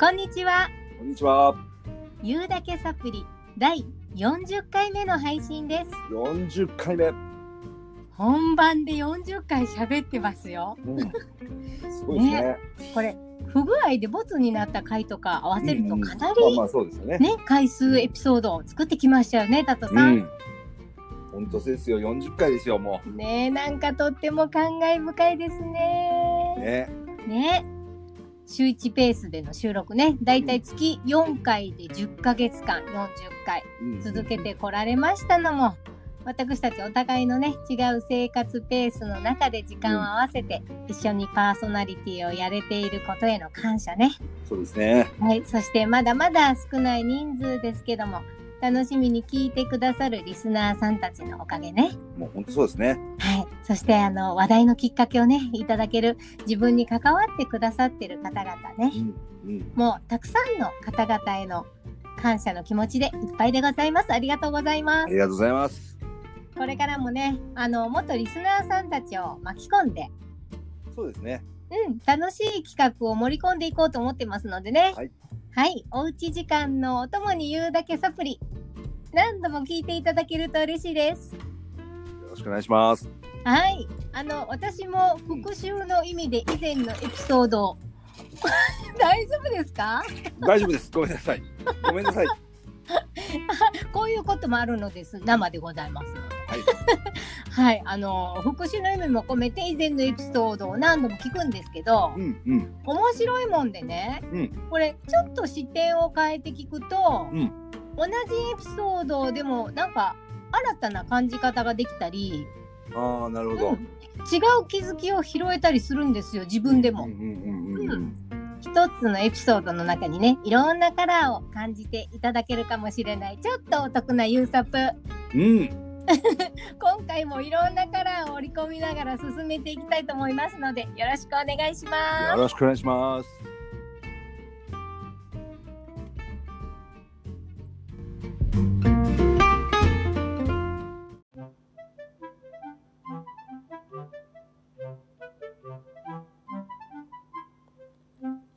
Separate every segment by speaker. Speaker 1: こんにちは。
Speaker 2: こんにちは。
Speaker 1: ゆうだけサプリ第40回目の配信です。
Speaker 2: 40回目。
Speaker 1: 本番で40回喋ってますよ。
Speaker 2: うん、すごいですね。
Speaker 1: これ不具合でボツになった回とか合わせると
Speaker 2: うんうん
Speaker 1: かな
Speaker 2: まあま
Speaker 1: り
Speaker 2: あそうですよね。
Speaker 1: ね回数エピソードを作ってきましたよね、タト
Speaker 2: う
Speaker 1: さん。
Speaker 2: ん。本当ですよ。40回ですよ。も
Speaker 1: ねえなんかとっても感慨深いですね
Speaker 2: う。。ね。
Speaker 1: ね週1ペースでの収録ねだいたい月4回で10ヶ月間40回
Speaker 2: うん
Speaker 1: 続けてこられましたのも私たちお互いのね違う生活ペースの中で時間を合わせて一緒にパーソナリティをやれていることへの感謝ね、
Speaker 2: そうですね。
Speaker 1: はい、そしてまだまだ少ない人数ですけども楽しみに聞いてくださるリスナーさんたちのおかげね
Speaker 2: もう本当そうですね。
Speaker 1: はい、そしてあの話題のきっかけをねいただける自分に関わってくださってる方々ね
Speaker 2: うん。うん。
Speaker 1: もうたくさんの方々への感謝の気持ちでいっぱいでございますありがとうございま
Speaker 2: あ
Speaker 1: す
Speaker 2: りがとうございます。
Speaker 1: これからもねあのもっとリスナーさんたちを巻き込んで
Speaker 2: そうですね。
Speaker 1: うん楽しい企画を盛り込んでいこうと思ってますのでね
Speaker 2: はい、
Speaker 1: はい、おうち時間のお供に言うだけサプリ何度も聞いていただけると嬉しいです
Speaker 2: よろしくお願いします。
Speaker 1: はい、あの私も復習の意味で以前のエピソードを 大丈夫ですか？
Speaker 2: 大丈夫です。ごめんなさい。ごめんなさい。
Speaker 1: こういうこともあるのです。生でございます。
Speaker 2: は
Speaker 1: は
Speaker 2: い。
Speaker 1: い、あの復習の意味も込めて以前のエピソードを何度も聞くんですけど
Speaker 2: う、んうん。
Speaker 1: 面白いもんでね、
Speaker 2: うん
Speaker 1: これちょっと視点を変えて聞くと、
Speaker 2: うん
Speaker 1: 同じエピソードでもなんか新たな感じ方ができたり、
Speaker 2: ああなるほ
Speaker 1: うん。
Speaker 2: ど
Speaker 1: 違う気づきを拾えたりするんですよ。自分でも。
Speaker 2: うんうんうんうんうん。
Speaker 1: 一つのエピソードの中にねいろんなカラーを感じていただけるかもしれないちょっとお得なユーサップ
Speaker 2: うん。
Speaker 1: 今回もいろんなカラーを織り込みながら進めていきたいと思いますのでよろしくお願いし
Speaker 2: よ
Speaker 1: ます
Speaker 2: ろしくお願いします。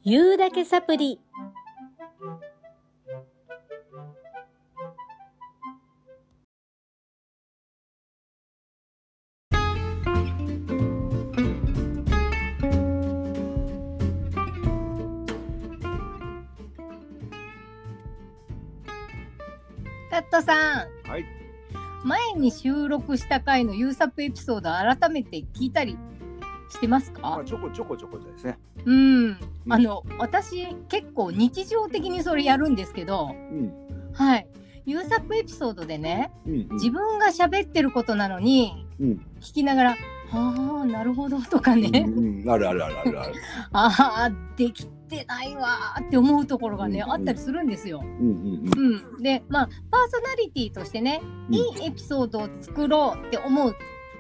Speaker 1: 言うだけサプリタットさん
Speaker 2: はい。
Speaker 1: 前に収録した回のユーサップエピソード改めて聞いたりしてますか
Speaker 2: まあちょこちょこちょこですね。
Speaker 1: うん、あの私結構日常的にそれやるんですけど
Speaker 2: う、ん
Speaker 1: はい、ユーサップエピソードでね
Speaker 2: うんうん。
Speaker 1: 自分が喋ってることなのに
Speaker 2: うん
Speaker 1: 聞きながら「ああなるほど」とか
Speaker 2: う
Speaker 1: ね
Speaker 2: んうん。あるあるあるあるある。
Speaker 1: 「ああできてないわ」って思うところがね
Speaker 2: うんうん
Speaker 1: あったりするんですよ。
Speaker 2: うんうんうん。
Speaker 1: うん、でまあパーソナリティとしてね
Speaker 2: うん
Speaker 1: いいエピソードを作ろうって思う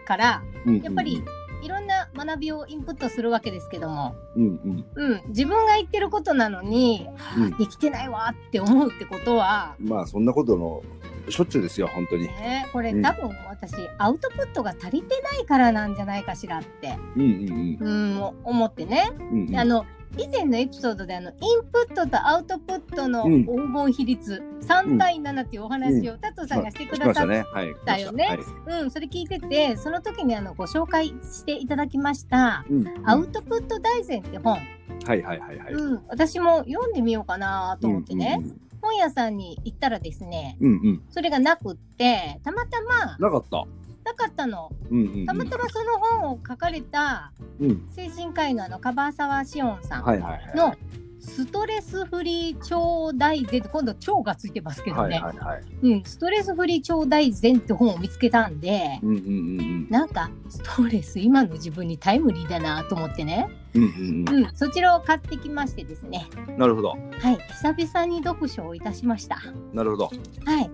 Speaker 1: から
Speaker 2: うんうん
Speaker 1: やっぱり。いろんな学びをインプットするわけですけども。
Speaker 2: うんうん。
Speaker 1: うん、自分が言ってることなのに、
Speaker 2: うん
Speaker 1: はあできてないわって思うってことは、
Speaker 2: まあそんなことのしょっちゅうですよ本当に。
Speaker 1: ね、これ
Speaker 2: うん
Speaker 1: 多分私、アウトプットが足りてないからなんじゃないかしらって、
Speaker 2: うんうん
Speaker 1: うん、思ってね、
Speaker 2: うんうんうん。
Speaker 1: であの以前のエピソードであのインプットとアウトプットの
Speaker 2: うん
Speaker 1: 黄金比率、3対7っていうお話をタトさんがしてく
Speaker 2: し
Speaker 1: だ
Speaker 2: まし
Speaker 1: さ
Speaker 2: た
Speaker 1: っ
Speaker 2: ね。はい。
Speaker 1: たよね
Speaker 2: はい。
Speaker 1: うん、それ聞いててその時にあのご紹介していただきました
Speaker 2: うん
Speaker 1: 「アウトプット大全」って本、
Speaker 2: はいはいはいはい。
Speaker 1: うん、私も読んでみようかなと思ってね。本屋さんに行ったらですね
Speaker 2: うんうん。うんうん。
Speaker 1: それがなくってたまたま
Speaker 2: なかった。
Speaker 1: なかったの
Speaker 2: うんうんうん。
Speaker 1: たまたまその本を書かれた
Speaker 2: うん。
Speaker 1: 精神科医のあの樺沢志音さん
Speaker 2: はいはいはい。
Speaker 1: の「ストレスフリー超大全」って今度「超」がついてますけど
Speaker 2: はい
Speaker 1: ね
Speaker 2: はいはい。
Speaker 1: 「うん、ストレスフリー超大全」って本を見つけたんで
Speaker 2: うんうんうん
Speaker 1: なんかストレス今の自分にタイムリーだなと思ってね、
Speaker 2: うん。うんうん
Speaker 1: うん、そちらを買ってきましてですね
Speaker 2: うん。なるほど。
Speaker 1: はい久々に読書をいたしました。
Speaker 2: なるほど。
Speaker 1: はい。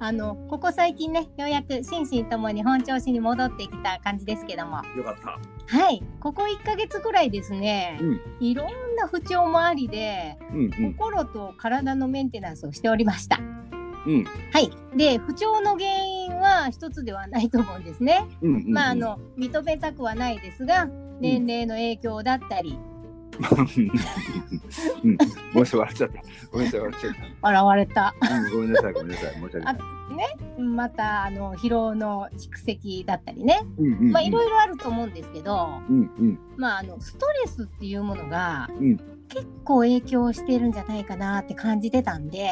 Speaker 1: あのここ最近ねようやく心身ともに本調子に戻ってきた感じですけども
Speaker 2: よかった。
Speaker 1: はいここ1ヶ月ぐらいですね、
Speaker 2: うん
Speaker 1: いろんな不調もありで
Speaker 2: うんうん
Speaker 1: 心と体のメンテナンスをしておりました
Speaker 2: うん
Speaker 1: はいで不調の原因は一つではないと思うんですね、
Speaker 2: うんうん。
Speaker 1: まああの認めたくはないですが年齢の影響だったり、
Speaker 2: うん、ごめんなさい、笑っちゃった。ごめんなさい、笑っちゃっ
Speaker 1: 笑われた。
Speaker 2: た。うん、ごめんなさい、ごめんなさい、申し訳ない。
Speaker 1: またあの疲労の蓄積だったりね、
Speaker 2: うんうんうん、
Speaker 1: まあいろいろあると思うんですけど、
Speaker 2: うんうん、
Speaker 1: まああのストレスっていうものが
Speaker 2: うん
Speaker 1: 結構影響してるんじゃないかなって感じてたんで、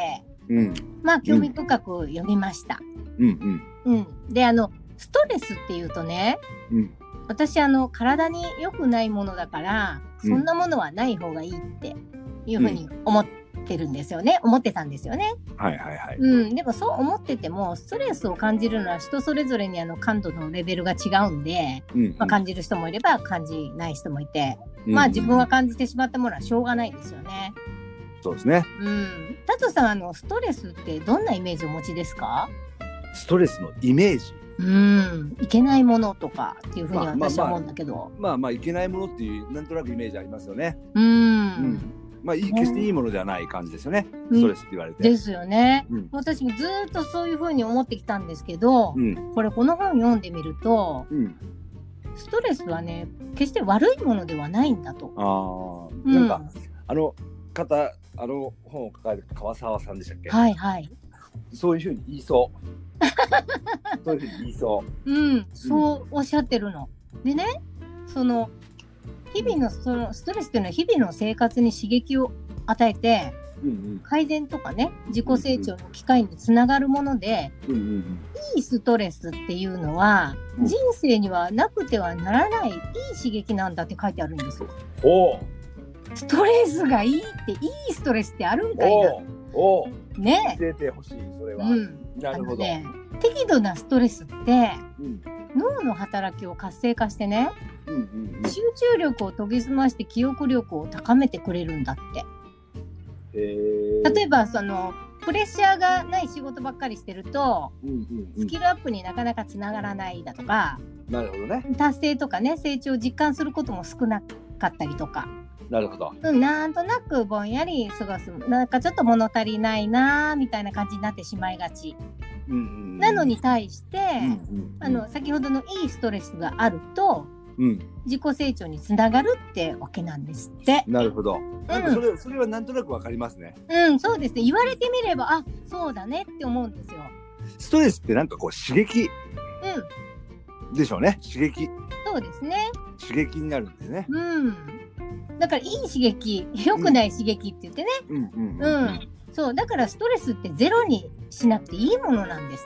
Speaker 2: うん、
Speaker 1: まあ興味深く読みました。
Speaker 2: うん、
Speaker 1: うん。であのストレスっていうとね、
Speaker 2: うん、うん、
Speaker 1: 私あの体に良くないものだからそんなものはない方がいいっていうふうに思ってるんですよね、思ってたんですよね、
Speaker 2: はいはいはい。
Speaker 1: うん、でもそう思っててもストレスを感じるのは人それぞれにあの感度のレベルが違うんで、
Speaker 2: うんうん
Speaker 1: まあ、感じる人もいれば感じない人もいて、まあ自分は。感じてしまったものはしょうがないですよね。
Speaker 2: うんそうですね。
Speaker 1: うん、タトさんあのストレスってどんなイメージをお持ちですか
Speaker 2: ストレスのイメージ。
Speaker 1: うんいけないものとかっていうふうに
Speaker 2: まあまあ
Speaker 1: 私
Speaker 2: まあ
Speaker 1: は思うんだけど。
Speaker 2: まあまあ、いけないものっていう、なんとなくイメージありますよね。
Speaker 1: うん
Speaker 2: まあ、いい、決していいものではない感じですよね。
Speaker 1: うん
Speaker 2: ストレスって言われて
Speaker 1: で。すよね。
Speaker 2: うん、
Speaker 1: 私もずーっとそういうふうに思ってきたんですけど、
Speaker 2: うん、
Speaker 1: これこの本読んでみると
Speaker 2: うん、
Speaker 1: ストレスはね決して悪いものではないんだと。
Speaker 2: ああ、
Speaker 1: うん
Speaker 2: なんか、あの方、あの本を書かれてる川沢さんでしたっけ。
Speaker 1: はいはい。
Speaker 2: そういうふうに言 いそう。そういうふうに言いそう。
Speaker 1: うん、そうおっしゃってるの。でねその日々のそのストレスっていうのは日々の生活に刺激を与えて
Speaker 2: うん、
Speaker 1: 改善とかね自己成長の機会につながるもので
Speaker 2: うん、うん、うん、
Speaker 1: いいストレスっていうのは
Speaker 2: うん
Speaker 1: 人生にはなくてはならないいい刺激なんだって書いてあるんですよ。
Speaker 2: うん。おう
Speaker 1: ストレスがいいっていいストレスってあるんかい
Speaker 2: お
Speaker 1: な
Speaker 2: う、おお。
Speaker 1: ね
Speaker 2: 教えてほしい、それ
Speaker 1: う
Speaker 2: は。
Speaker 1: ん
Speaker 2: なるほ
Speaker 1: あの
Speaker 2: ど。
Speaker 1: ね適度なストレスって
Speaker 2: うん、
Speaker 1: 脳の働きを活性化してね
Speaker 2: うん、うん、うん。
Speaker 1: 集中力を研ぎ澄まして記憶力を高めてくれるんだっ
Speaker 2: えー
Speaker 1: て例えばそのプレッシャーがない仕事ばっかりしてると
Speaker 2: うんうんう
Speaker 1: スキルアップになかなかつながらないだとか
Speaker 2: ん、なるほどね。
Speaker 1: 達成とかね成長を実感することも少なかったりとか、
Speaker 2: なるほど。
Speaker 1: うん、なんとなくぼんやり過ごすなんかちょっと物足りないなーみたいな感じになってしまいがち
Speaker 2: うんうん
Speaker 1: なのに、対して、
Speaker 2: うんうん、
Speaker 1: あの、先ほどのいいストレスがあると
Speaker 2: うん、
Speaker 1: 自己成長につながるってわけなんですって。
Speaker 2: なるほど。なんかそれ、それはなんとなくわかりますね。
Speaker 1: うん、そうですね。言われてみればあそうだねって思うんですよ。
Speaker 2: ストレスってなんかこう刺激
Speaker 1: うん、
Speaker 2: でしょうね。刺激、
Speaker 1: そうですね。
Speaker 2: 刺激になるんでね。
Speaker 1: うん。だからいい刺激、良くない刺激って言ってね。
Speaker 2: うんうん
Speaker 1: うん。そうだからストレスってゼロにしなくていいものなんです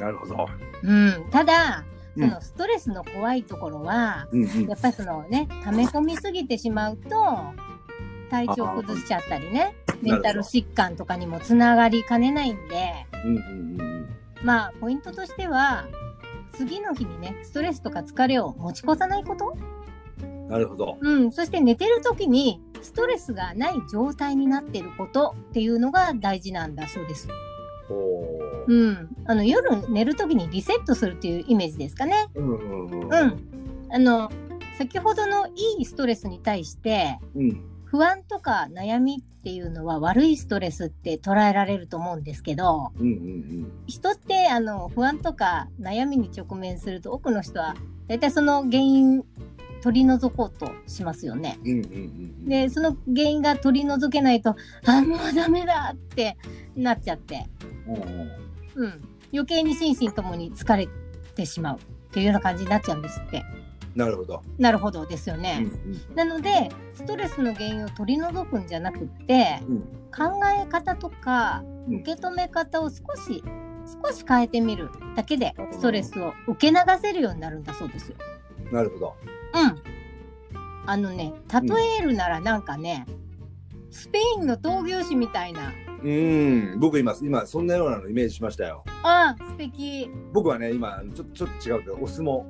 Speaker 2: なるほど。
Speaker 1: って。うん。ただ
Speaker 2: う
Speaker 1: そ
Speaker 2: ん
Speaker 1: のストレスの怖いところは、
Speaker 2: うんうん
Speaker 1: やっぱりそのね溜め込みすぎてしまうと体調崩しちゃったりねメンタル疾患とかにもつながりかねないんで
Speaker 2: うんうんうん
Speaker 1: まあポイントとしては次の日にねストレスとか疲れを持ち越さないこと、
Speaker 2: うん。なるほど。
Speaker 1: うん、そして寝てる時にストレスがない状態になってることっていうのが大事なんだそうです。
Speaker 2: おー
Speaker 1: うん、あの夜寝る時にリセットするっていうイメージですかね。
Speaker 2: うんうんうん
Speaker 1: う。ん、あの先ほどのいいストレスに対して
Speaker 2: うん。
Speaker 1: 不安とか悩みっていうのは悪いストレスって捉えられると思うんですけど
Speaker 2: うんうん
Speaker 1: 人ってあの不安とか悩みに直面すると多くの人は大体その原因取り除こうとしますよね。
Speaker 2: うん。うんうんうん。
Speaker 1: でその原因が取り除けないとあもうダメだってなっちゃって、
Speaker 2: うんうん。
Speaker 1: うん、余計に心身ともに疲れてしまうっていうような感じになっちゃうんですって。
Speaker 2: なるほど。
Speaker 1: なるほどですよ
Speaker 2: うん
Speaker 1: ね。なのでストレスの原因を取り除くんじゃなくって
Speaker 2: うんうん。
Speaker 1: 考え方とか
Speaker 2: うん
Speaker 1: 受け止め方を少し少し変えてみるだけでストレスを受け流せるようになるんだそうですよ。
Speaker 2: なるほど。
Speaker 1: うん。あのね例えるならなんかね、スペインの闘牛士みたいな
Speaker 2: うん。僕今、今、そんなようなのイメージしましたよ。
Speaker 1: あー素敵
Speaker 2: 僕はね今ちょちょっと違うけどお相撲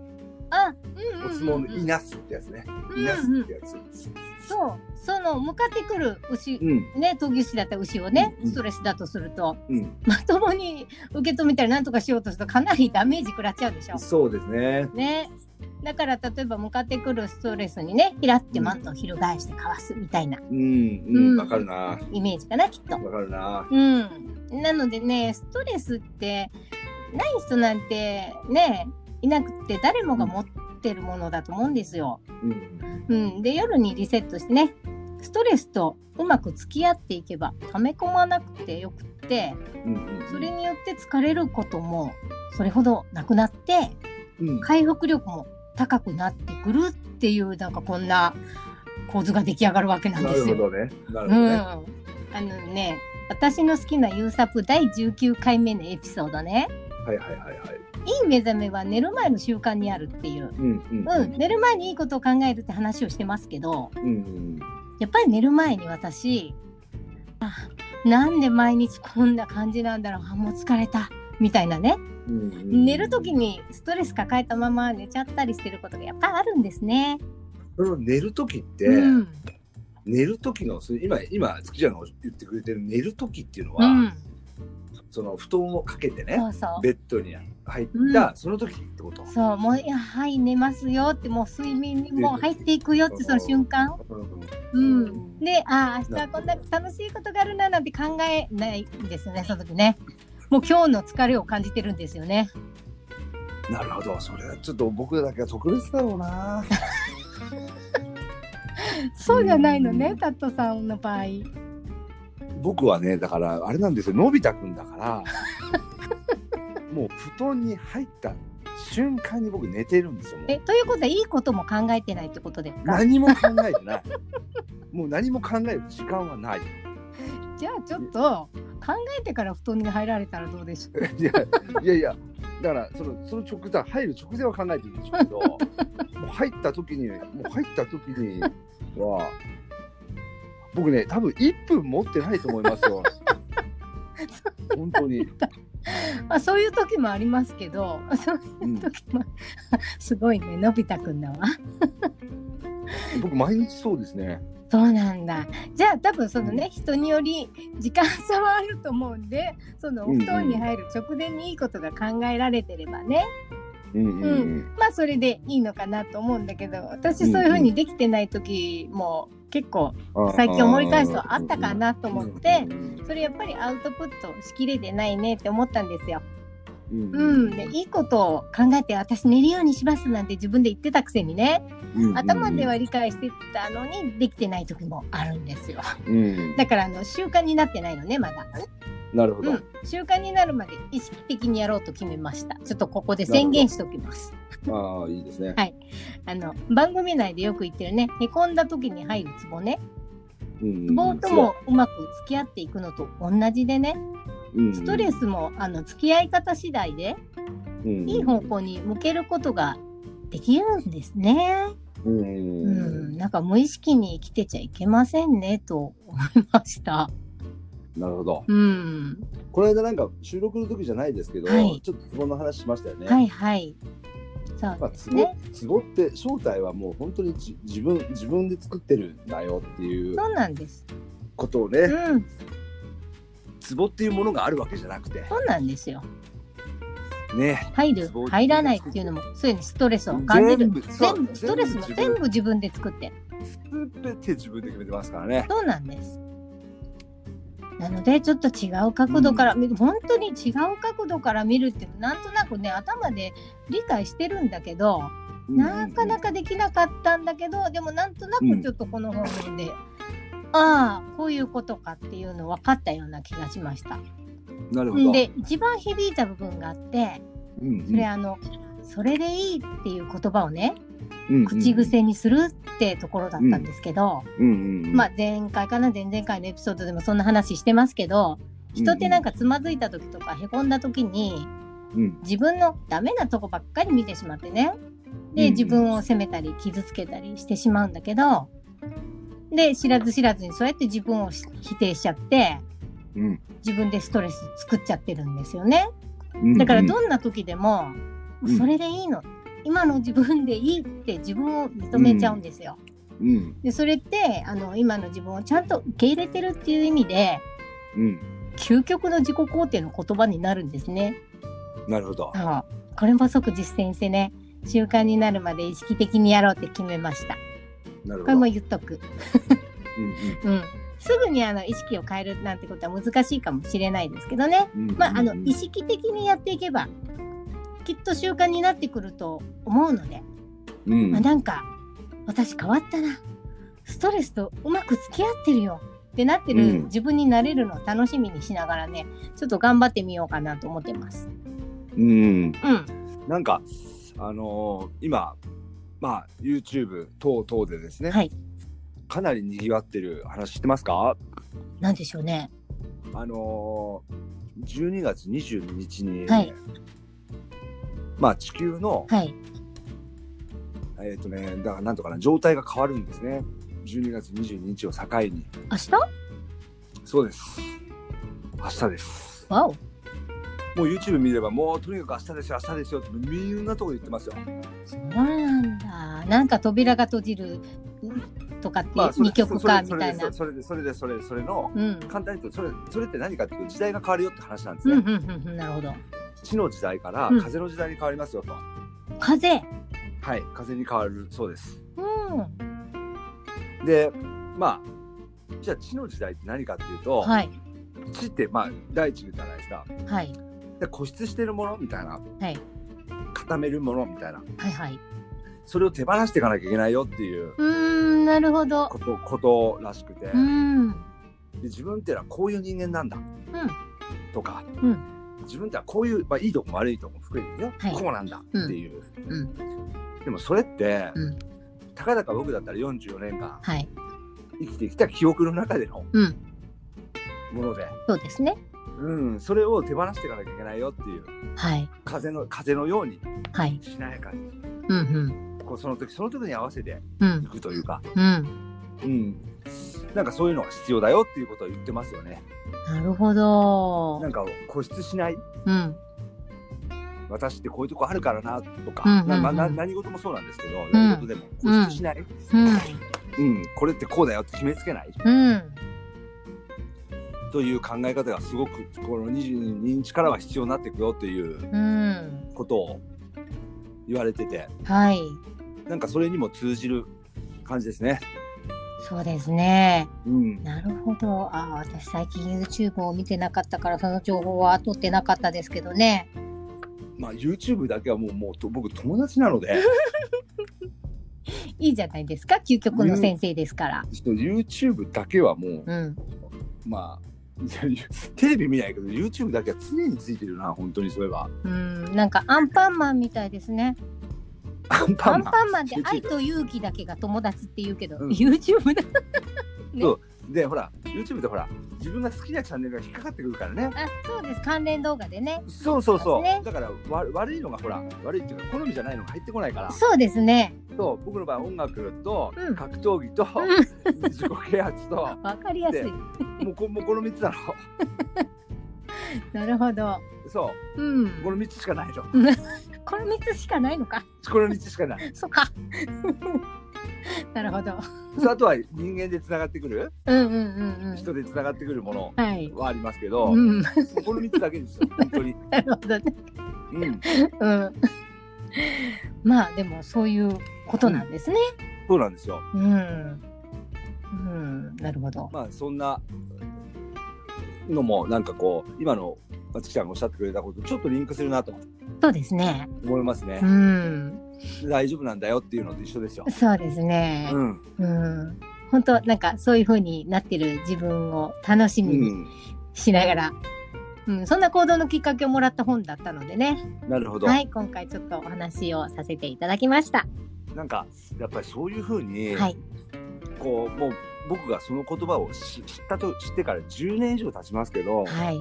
Speaker 1: あうん
Speaker 2: お
Speaker 1: うん
Speaker 2: 相撲
Speaker 1: うん
Speaker 2: のいなすってやつねいなす
Speaker 1: うんう
Speaker 2: っ
Speaker 1: ん
Speaker 2: てやつ
Speaker 1: そうその向かってくる牛
Speaker 2: うん
Speaker 1: ね闘牛士だった牛をね
Speaker 2: うんうん
Speaker 1: ストレスだとすると
Speaker 2: うん
Speaker 1: まともに受け止めたりなんとかしようとするとかなりダメージ食らっちゃうでしょ。
Speaker 2: そうですね
Speaker 1: ねだから例えば向かってくるストレスにねひらってマントを翻してかわすみたいな
Speaker 2: うん
Speaker 1: う
Speaker 2: うんんわかるなわ
Speaker 1: イメージかなきっと。
Speaker 2: かるな
Speaker 1: うん、なのでねストレスってない人なんてねいなくて誰もが持ってるものだと思うんですよ。
Speaker 2: うん
Speaker 1: うん、で夜にリセットしてねストレスとうまく付き合っていけば溜め込まなくてよくって
Speaker 2: うんうん
Speaker 1: それによって疲れることもそれほどなくなって
Speaker 2: うん
Speaker 1: 回復力も高くなってくるっていうなんかこんな構図が出来上がるわけなん
Speaker 2: な
Speaker 1: で
Speaker 2: る
Speaker 1: す
Speaker 2: ほ
Speaker 1: よ。
Speaker 2: どね。なる
Speaker 1: う
Speaker 2: ほど
Speaker 1: ん、
Speaker 2: ね。
Speaker 1: あのね私の好きなユーサプ第19回目のエピソードね
Speaker 2: はいはいはいはい。
Speaker 1: いい目覚めは寝る前の習慣にあるっていう、
Speaker 2: うんうん
Speaker 1: うん、寝る前にいいことを考えるって話をしてますけど
Speaker 2: うんうん
Speaker 1: やっぱり寝る前に私あなんで毎日こんな感じなんだろうあもう疲れたみたいなね
Speaker 2: うんうん。
Speaker 1: 寝る時にストレス抱えたまま寝ちゃったりしてることがやっぱりあるんですね。
Speaker 2: その寝る時って、
Speaker 1: うん
Speaker 2: 寝る時のその今今月ちゃんが言ってくれてる寝る時っていうの
Speaker 1: う
Speaker 2: は、
Speaker 1: ん、
Speaker 2: その布団をかけてね
Speaker 1: そうそう
Speaker 2: ベッドに入った、その時ってこと。
Speaker 1: そうもういやはい寝ますよってもう睡眠にもう入っていくよってその瞬間、うん、でああ明日はこんな楽しいことがあるななんて考えないんですよねその時ねもう今日の疲れを感じてるんですよね
Speaker 2: なるほどそれはちょっと僕だけは特別だろうな。
Speaker 1: そうじゃないの
Speaker 2: う
Speaker 1: ね
Speaker 2: ん
Speaker 1: タットさんの場合
Speaker 2: 僕はねだからあれなんですよのび太くん だからもう布団に入った瞬間に僕寝てるんですよ。もう
Speaker 1: えということはいいことも考えてないってことですか
Speaker 2: 何も考えてない。もう何も考える時間はない。
Speaker 1: じゃあちょっと考えてから布団に入られたらどうでしょう
Speaker 2: いやいやいや、だからそのその直前入る直前は考えていいんでしょうけど、もう入った時にもう入った時には僕ね多分1分持ってないと思いま すよ。本当に、
Speaker 1: まあそういう時もありますけど そう
Speaker 2: う、
Speaker 1: いうん時もすごいねのび太くんだわ
Speaker 2: 僕毎日そうですね。
Speaker 1: そうなんだ。じゃあ多分そのね、人により時間差はあると思うんでそのお布団に入る直前にいいことが考えられてればね、
Speaker 2: うんうんうん。
Speaker 1: まあそれでいいのかなと思うんだけど私そういう風にできてない時も結構最近思い返すとあったかなと
Speaker 2: と
Speaker 1: 思って。それやっぱりアウトプットしきれてないねって思ったんですよ。
Speaker 2: うん
Speaker 1: うん、でいいことを考えて私寝るようにしますなんて自分で言ってたくせにね頭では理解してたのにできてない時もあるんですよ。
Speaker 2: うん
Speaker 1: だからあの習慣になってないのねまだ、
Speaker 2: なるほ
Speaker 1: う
Speaker 2: ど
Speaker 1: ん。、習慣になるまで意識的にやろうと決めましたちょっとここで宣言しておきます
Speaker 2: ああいいですね。
Speaker 1: あの番組内でよく言ってるねへこんだ時に入るツボね
Speaker 2: うん
Speaker 1: ツボともうまく付き合っていくのと同じでねストレスもあの付き合い方次第でいい方向に向けることができるんですね、
Speaker 2: うんう
Speaker 1: うんん、なんか無意識に生きてちゃいけませんねと思いました
Speaker 2: なるほど。
Speaker 1: うん
Speaker 2: この間なんか収録の時じゃないですけど、
Speaker 1: はい
Speaker 2: ちょっとツボの話しましたよね。
Speaker 1: はいはいそ
Speaker 2: ま
Speaker 1: う
Speaker 2: あ、
Speaker 1: です
Speaker 2: ツ
Speaker 1: ね
Speaker 2: ボツボって正体はもう本当にじ自分自分で作ってるんだよっていう
Speaker 1: そうなんです。
Speaker 2: ことをね
Speaker 1: うん、
Speaker 2: ツボっていうものがあるわけじゃなくて
Speaker 1: そうなんですよ。
Speaker 2: ね
Speaker 1: 入る、入らないっていうのも、そういうのストレスを感じる。
Speaker 2: 全
Speaker 1: 全
Speaker 2: 部
Speaker 1: 部、
Speaker 2: そう
Speaker 1: ストレスも
Speaker 2: 全部
Speaker 1: 全部自分で作ってる。
Speaker 2: 全て自分で決めてますからね。
Speaker 1: そうなんです。なので、ちょっと違う角度から見る、本当に違う角度から見るって、なんとなくね、頭で理解してるんだけど、なかな
Speaker 2: か
Speaker 1: かできなかったんだけど、でもなんとなくちょっとこの方面で、ああ、こういうことかっていうの分かったような気がしました。
Speaker 2: なるほど。
Speaker 1: で、一番響いた部分があって、
Speaker 2: うんうん
Speaker 1: それあの「それでいい」っていう言葉をね
Speaker 2: うんうん
Speaker 1: 口癖にするってところだったんですけど、
Speaker 2: うんうんうん
Speaker 1: まあ前回かな前々回のエピソードでもそんな話してますけど人ってなんかつまずいた時とかへこんだ時に
Speaker 2: うん
Speaker 1: 自分のダメなとこばっかり見てしまってね
Speaker 2: うんう
Speaker 1: で
Speaker 2: ん
Speaker 1: 自分を責めたり傷つけたりしてしまうんだけどで知らず知らずにそうやって自分を否定しちゃって
Speaker 2: うん
Speaker 1: 自分でストレス作っちゃってるんですよね。
Speaker 2: うん
Speaker 1: だから
Speaker 2: うん
Speaker 1: どんな時でも、
Speaker 2: うん
Speaker 1: それでいいの今の自分でいいって自分を認めちゃうんですよ。
Speaker 2: うん
Speaker 1: でそれってあの今の自分をちゃんと受け入れてるっていう意味で
Speaker 2: うん
Speaker 1: 究極の自己肯定の言葉になるんですね。
Speaker 2: なるほど。
Speaker 1: ああこれも即実践してね習慣になるまで意識的にやろうって決めました。
Speaker 2: なるほ
Speaker 1: これ
Speaker 2: ど。
Speaker 1: も言っとく。
Speaker 2: う
Speaker 1: う
Speaker 2: ん
Speaker 1: ん、すぐにあの意識を変えるなんてことは難しいかもしれないですけどね。
Speaker 2: うんうん
Speaker 1: まあ、あの
Speaker 2: うん
Speaker 1: 意識的にやっていけばきっと習慣になってくると思うので、
Speaker 2: うん
Speaker 1: まあ、なんか私変わったなストレスとうまく付き合ってるよってなってる、
Speaker 2: うん
Speaker 1: 自分になれるのを楽しみにしながらねちょっと頑張ってみようかなと思ってます。
Speaker 2: うん、
Speaker 1: うん、
Speaker 2: なんか、あのー今、まあ、YouTube 等々でですね、
Speaker 1: はい
Speaker 2: かなりにぎわってる話知ってますか
Speaker 1: なんでしょうね。
Speaker 2: あのー、12月22日に、
Speaker 1: はい
Speaker 2: まあ、地球の、
Speaker 1: はい。
Speaker 2: えっ、とね、だからなんとかな、状態が変わるんですね。12月22日を境に。
Speaker 1: 明日
Speaker 2: そうです。明日です。
Speaker 1: わお。
Speaker 2: もう YouTube 見れば、もうとにかく明日ですよ、明日ですよって、みんなとこ言ってますよ。
Speaker 1: そうなんだ。なんか扉が閉じるとかって
Speaker 2: それ
Speaker 1: 二曲かみ
Speaker 2: そ
Speaker 1: た
Speaker 2: れ
Speaker 1: いな。
Speaker 2: それで、それで、それで、それで、それの、
Speaker 1: うん。
Speaker 2: 簡単に言うとそれそれって何かっていうと時代が変わるよって話なんです
Speaker 1: うん
Speaker 2: ね、
Speaker 1: うんうんうん、なるほど。
Speaker 2: 地の時代から
Speaker 1: うん
Speaker 2: 風の時代に変わりますよと、
Speaker 1: 風。
Speaker 2: はい風に変わるそうです
Speaker 1: うん。
Speaker 2: でまあじゃあ地の時代って何かっていうと、
Speaker 1: はい。
Speaker 2: 地ってまあ大地じゃないですか
Speaker 1: はい。
Speaker 2: で固執してるものみたいな
Speaker 1: はい。
Speaker 2: 固めるものみたいな
Speaker 1: はいはい。
Speaker 2: それを手放していかなきゃいけないよっていう
Speaker 1: うーん、なるほど。
Speaker 2: ことことらしくて、
Speaker 1: うーん。うん。
Speaker 2: で自分ってのはこういう人間なんだとか、
Speaker 1: う
Speaker 2: 自分ってのはこういう、まあ、いいとこも悪いとこも含めてね、
Speaker 1: はい
Speaker 2: こうなんだっていう、
Speaker 1: うん。
Speaker 2: でもそれって、
Speaker 1: うん
Speaker 2: たかだか僕だったら44年間
Speaker 1: はい。
Speaker 2: 生きてきた記憶の中での
Speaker 1: うん。
Speaker 2: もので、
Speaker 1: そうですね。
Speaker 2: うん、それを手放していかなきゃいけないよっていう
Speaker 1: はい。
Speaker 2: 風の風のように
Speaker 1: はい。
Speaker 2: しなやかに
Speaker 1: うんうん。
Speaker 2: こうその時その時に合わせて
Speaker 1: うん
Speaker 2: い。くというか、
Speaker 1: うん。
Speaker 2: うん、なんかそういうのが必要だよっていうことを言ってますよね。
Speaker 1: なるほど
Speaker 2: な。んか固執しない
Speaker 1: うん。
Speaker 2: 私ってこういうとこあるからなと
Speaker 1: う
Speaker 2: か、
Speaker 1: んうんうん
Speaker 2: ななな何事もそうなんですけど、何事でも固執しない、
Speaker 1: うん。
Speaker 2: うん、これってこうだよって決めつけない
Speaker 1: うん。
Speaker 2: という考え方がすごくこの22日からは必要になっていくよという
Speaker 1: うん。
Speaker 2: ことを言われてて
Speaker 1: はい。
Speaker 2: なんかそれにも通じる感じですね。
Speaker 1: そうですね。
Speaker 2: うん、
Speaker 1: なるほど。ああ、私最近 YouTube を見てなかったから、その情報は取ってなかったですけどね。
Speaker 2: まあ YouTube だけはもうもうと僕友達なので
Speaker 1: いいじゃないですか。究極の先生ですから。
Speaker 2: ちょっと YouTube だけはもう
Speaker 1: うん。
Speaker 2: まあい やいやテレビ見ないけど YouTube だけは常についてるな本当にそういえば
Speaker 1: うん。なんかアンパンマンみたいですね。
Speaker 2: アン
Speaker 1: ア
Speaker 2: パン
Speaker 1: ン
Speaker 2: マン
Speaker 1: パンマンって愛
Speaker 2: YouTube
Speaker 1: と勇気だけが友達って言うけど、
Speaker 2: うん
Speaker 1: YouTube だ。ね
Speaker 2: そうでほら YouTube でほら自分が好きなチャンネルが引っかかってくるからね
Speaker 1: あ、そうです。関連動画でね。
Speaker 2: そうそうそ
Speaker 1: そう
Speaker 2: う、
Speaker 1: ですね
Speaker 2: だからわ悪いのがほら悪いっていうか好みじゃないのが入ってこないから
Speaker 1: そうですね。
Speaker 2: そう僕の場合音楽と
Speaker 1: うん
Speaker 2: 格闘技と、自己啓発 と
Speaker 1: わかりやすい
Speaker 2: で。もうこもうこの3つなの
Speaker 1: なるほど。。
Speaker 2: そううんこ
Speaker 1: こ
Speaker 2: の3つしかないの
Speaker 1: の3つしかないのか。
Speaker 2: この3つしかない
Speaker 1: そっか。 なるほど。
Speaker 2: そうあとは人間でつながってくる
Speaker 1: うんうんうんうん。
Speaker 2: 人でつながってくるもの
Speaker 1: はい。
Speaker 2: はありますけど、
Speaker 1: う
Speaker 2: も
Speaker 1: ん。 な
Speaker 2: うこの3つだけですよ本当に、
Speaker 1: るほどね。
Speaker 2: うん、
Speaker 1: うん。 まあでもそういうことなんですね。
Speaker 2: そうなんですよ
Speaker 1: うん。うん、なるほど。
Speaker 2: まあそんなのもなんかこう今の松木ちゃんがおっしゃってくれたことちょっとリンクするなと
Speaker 1: そうですね。
Speaker 2: 思いますね
Speaker 1: う、ん。
Speaker 2: 大丈夫なんだよっていうのと一緒ですよ、
Speaker 1: そうですね
Speaker 2: う。ん
Speaker 1: うん。本当なんかそういう風になってる自分を楽し
Speaker 2: う
Speaker 1: みに
Speaker 2: ん、
Speaker 1: しながら、うん、そんな行動のきっかけをもらった本だったのでね。
Speaker 2: なるほど、
Speaker 1: はい、今回ちょっとお話をさせていただきました。
Speaker 2: なんかやっぱりそういうふうに、
Speaker 1: はい。
Speaker 2: こうもう僕がその言葉を知知ったと知ってから10年以上経ちますけ
Speaker 1: は
Speaker 2: ど、
Speaker 1: い。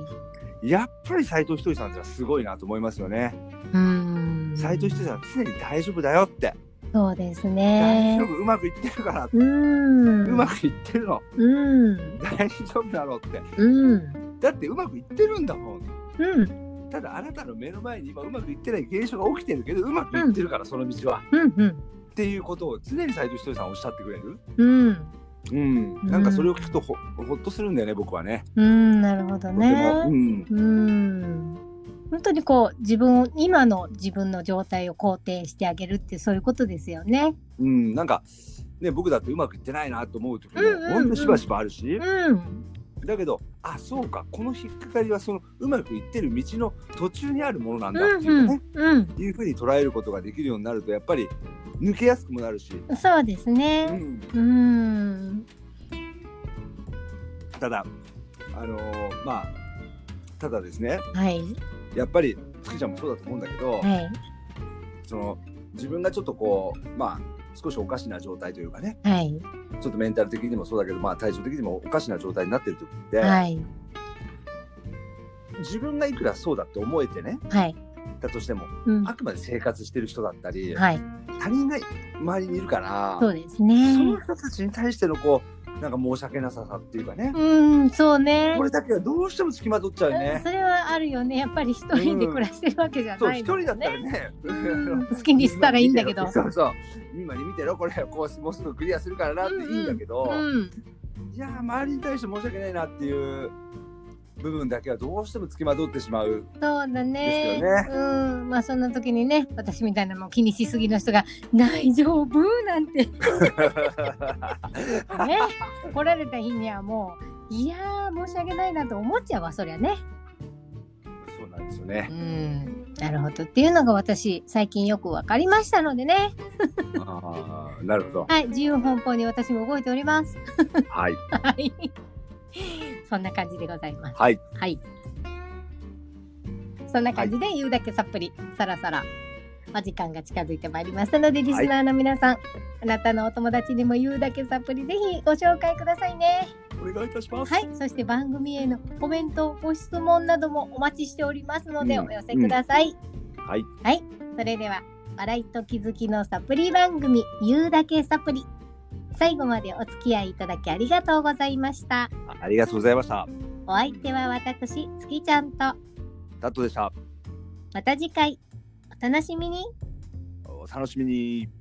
Speaker 2: やっぱり斎藤ひとりさんってのはすごいなと思いますよね。
Speaker 1: うん。
Speaker 2: 斎藤ひとりさんは常に大丈夫だよって、
Speaker 1: そうです
Speaker 2: 大
Speaker 1: ね
Speaker 2: 丈。夫うまくいってるから、
Speaker 1: うん。
Speaker 2: うまくいってるの
Speaker 1: うん。
Speaker 2: 大丈夫だろうって
Speaker 1: うん。
Speaker 2: だってうまくいってるんだもん
Speaker 1: うん、
Speaker 2: ただあなたの目の前に今うまくいってない現象が起きてるけどうまくいってるからその道は、
Speaker 1: うん、
Speaker 2: っていうことを常に斎藤ひとりさんおっしゃってくれる、
Speaker 1: うん、うん、
Speaker 2: うん、なんかそれを聞くとほほっとするんだよね僕はね。
Speaker 1: うん、なるほど
Speaker 2: とても、う
Speaker 1: ね。
Speaker 2: ん
Speaker 1: うん、本当にこう自分を今の自分の状態を肯定してあげるってそういうことですよね。
Speaker 2: うん、なんか、ね、僕だってうまくいってないなと思う時も、
Speaker 1: うんうんうん
Speaker 2: ほんとしばしばあるし、
Speaker 1: うん、
Speaker 2: だけどあそうかこの引っかかりはそのうまくいってる道の途中にあるものなんだ
Speaker 1: う
Speaker 2: っ
Speaker 1: ん、
Speaker 2: ていううね、
Speaker 1: ん、うん、
Speaker 2: いうふうに捉えることができるようになるとやっぱり抜けやすくもなるし、
Speaker 1: そうです
Speaker 2: う
Speaker 1: ね。
Speaker 2: ん、
Speaker 1: うん。
Speaker 2: ただあのーまあただですね
Speaker 1: はい。
Speaker 2: やっぱりつきちゃんもそうだと思うんだけど、
Speaker 1: はい。
Speaker 2: その自分がちょっとこうまあ少しおかしな状態というかね
Speaker 1: はい。
Speaker 2: ちょっとメンタル的にもそうだけど、まあ、体調的にもおかしな状態になってる時って、
Speaker 1: はい。
Speaker 2: 自分がいくらそうだって思えてね
Speaker 1: はい。
Speaker 2: だとしても
Speaker 1: うん。
Speaker 2: あくまで生活してる人だったり、
Speaker 1: はい。
Speaker 2: 他人が周りにいるから
Speaker 1: そうです
Speaker 2: その
Speaker 1: ね。
Speaker 2: 人たちに対してのこうなんか申し訳なささっていうかね、
Speaker 1: うん、そうね
Speaker 2: こ。れだけはどうしてもつきまとっちゃうね。
Speaker 1: それはあるよね。やっぱり一人で暮らしてるわけじゃ
Speaker 2: そう
Speaker 1: な
Speaker 2: 一
Speaker 1: いの
Speaker 2: 人
Speaker 1: で
Speaker 2: だったらね、
Speaker 1: うん好きにしたらいいんだけど。
Speaker 2: そうそう 今に見てろこれこうもうすぐクリアするからなっていいんだけど、
Speaker 1: うん。
Speaker 2: いやー周りに対して申し訳ないなっていう部分だけはどうしてもつきまとってしまう。
Speaker 1: そうだね。
Speaker 2: ですよね
Speaker 1: うん、まあそんな時にね、私みたいなもう気にしすぎの人が大丈夫なん てね、来られた日にはもういやー申し訳ないなと思っちゃうわそりゃね。
Speaker 2: そうなんですよ
Speaker 1: う
Speaker 2: ね。
Speaker 1: ん、なるほどっていうのが私最近よくわかりましたのでね。
Speaker 2: ああなるほど。
Speaker 1: はい、自由奔放に私も動いております。
Speaker 2: はい
Speaker 1: はい。そんな感じでございます。
Speaker 2: はい
Speaker 1: はい。そんな感じで、言うだけサプリ、そろそろお時間が近づいてまいりましたので、リスナーの皆さん、あなたのお友達にも言うだけサプリ、ぜひご紹介くださいね。
Speaker 2: お願いいたします。
Speaker 1: はい。そして番組へのコメント、ご質問などもお待ちしておりますので、
Speaker 2: うん
Speaker 1: お寄せください。
Speaker 2: はい
Speaker 1: はい。それでは、笑いと気づきのサプリ番組、言うだけサプリ。最後までお付き合いいただきありがとうございました。
Speaker 2: ありがとうございました。
Speaker 1: お相手は私、月ちゃんと、
Speaker 2: タットでした。
Speaker 1: また次回、お楽しみに。
Speaker 2: お楽しみに。